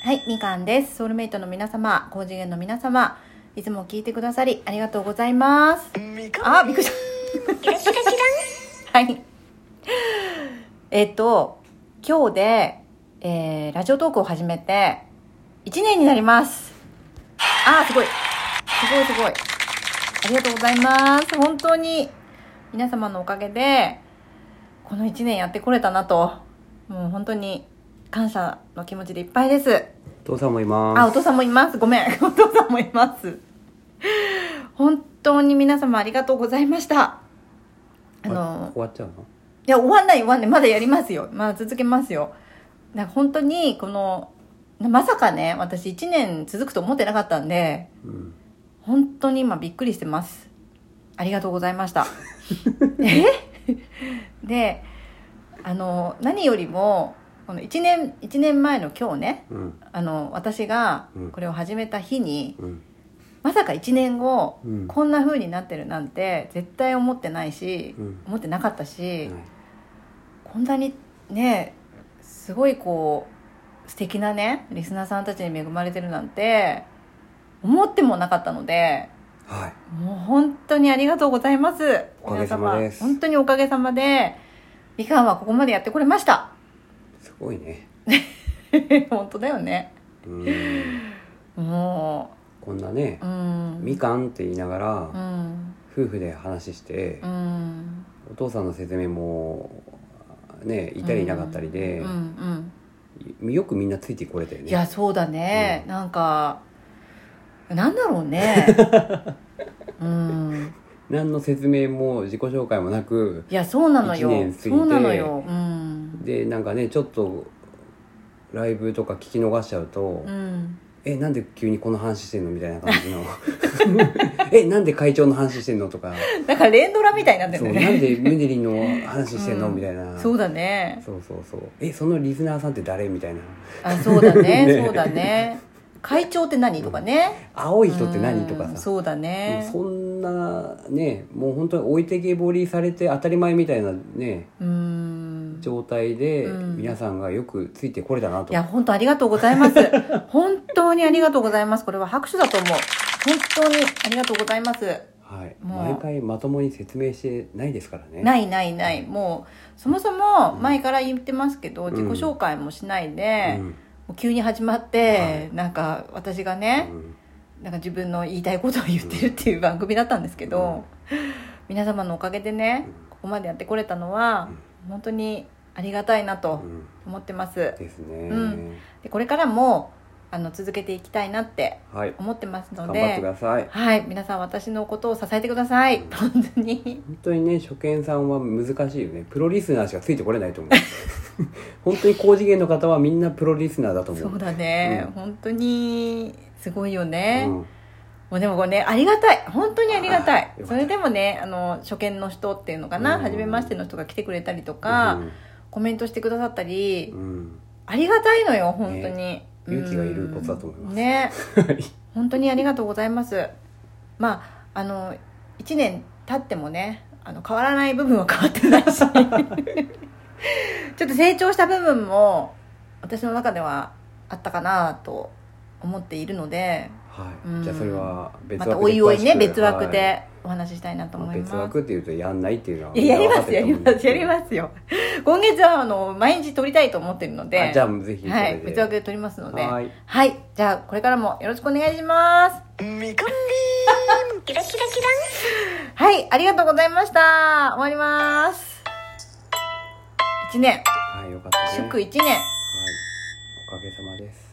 はい、みかんです。ソウルメイトの皆様、高次元の皆様、いつも聞いてくださりありがとうございます。あ、びっくりした。はい。えっと、今日で、えー、ラジオトークを始めて、1年になります。あー、すごい。すごいすごい。ありがとうございます。本当に、皆様のおかげで、この1年やってこれたなと、もう本当に感謝の気持ちでいっぱいです。お父さんもいます。あ、お父さんもいます。ごめん。 お父さんもいます。本当に皆様ありがとうございました。あの、終わっちゃうのいや、終わんない終わんない。まだやりますよ。まだ続けますよ。なんか本当に、この、まさかね、私1年続くと思ってなかったんで、うん。本当に今びっくりしてます。ありがとうございま した。え で、あの、何よりも、この1年、1年前の今日ね、うん。あの私がうんこれを始めた日に、うん。まさか1年後、うんこんな風になってるなんて絶対思ってないし、うん思ってなかったし、はいこんなにねすごいこう素敵なねリスナーさんたちに恵まれてるなんて思ってもなかったのではい。もう本当にありがとうございますおかげさまです皆様本当におかげさまでみかんはここまでやってこれました すごいね。本当だよねうん。もこんなねう、うんみかんって言いながうら、ん夫婦で話して、うんお父さんの説明も、ね、いたりいなかったりでうん、うんよくみんなついてこれたよね。いやそうだね、うなんかなんだろう ねうん何の説明も自己紹介もなく、いやそうなの一よ年過ぎてそうなのようん、で、なんかね、ちょっと、ライブとか聞き逃しちゃうとう、ん、えなんで急にこの話してんのみたいな感じの えなんで会長の話してんのとかなんか連ドラみたいになってるそうねなんでメデリンの話してんの、うんみたいな そうだねそうそうそうえそのリスナーさんって誰みたいなあそうだね ねそうだね会長って何とかね青い人って何、うんとかさそうだもねうそんなねもう本当に置いてけぼりされて当たり前みたいなねうん状態で、うん皆さんがよくついてこれたなといや、本当ありがとうござ います。本当にありがとうございます。これは拍手だと思う。本当にありがとうございます。はい、もう毎回まともに説明してないですからねないないない。もう、そもそも前から言ってますけど、ん自己紹介もしないうで、んもう急に始まって、なんか私がね、なんか自分の言いたいことを言ってるっていう番組だったんですけど、皆様のおかげでね、ここまでやってこれたのは、本当にありがたいなうとんうん思ってます。ですね、うんでこれからも、あの、続けていきたいなってはい思ってますの頑で、張ってくださいはい皆さん私のことを支えてください本当に本当にね初見さんは難しいよねプロリスナーしかついてこれないと思う 本当に高次元の方はみんなプロリスナーだと思うそうだね、うん本当にすごいよね、うもんうでもこれねありがたい本当にありがたいあよかったそれでもねあの初見の人っていうのかな、うん初めましての人が来てくれたりとか、コメントしてくださったり、うんありがたいのよ本当に、ね勇気がいることだと思いまうすんねうん本当にありがとうございますまああの1年経ってもねあの変わらない部分は変わってないし ちょっと成長した部分も私の中ではあったかなと思っているのではい、うんじゃあそれは別ま枠でたおいおいね詳しく別枠はいでお話ししたいなとま思あい別ます、枠っていうとやんないっていうのはいややりますやみりんなますやり分かってると思うんでますよ今月はあの毎日撮りたいと思ってるのけどであじゃあぜひそれではい別枠で撮りますのではーいはいじゃあこれからもよろしくお願いしますはい、ありがとうございました。終わります。1年、はいよかった祝ね1年。はいおかげさまです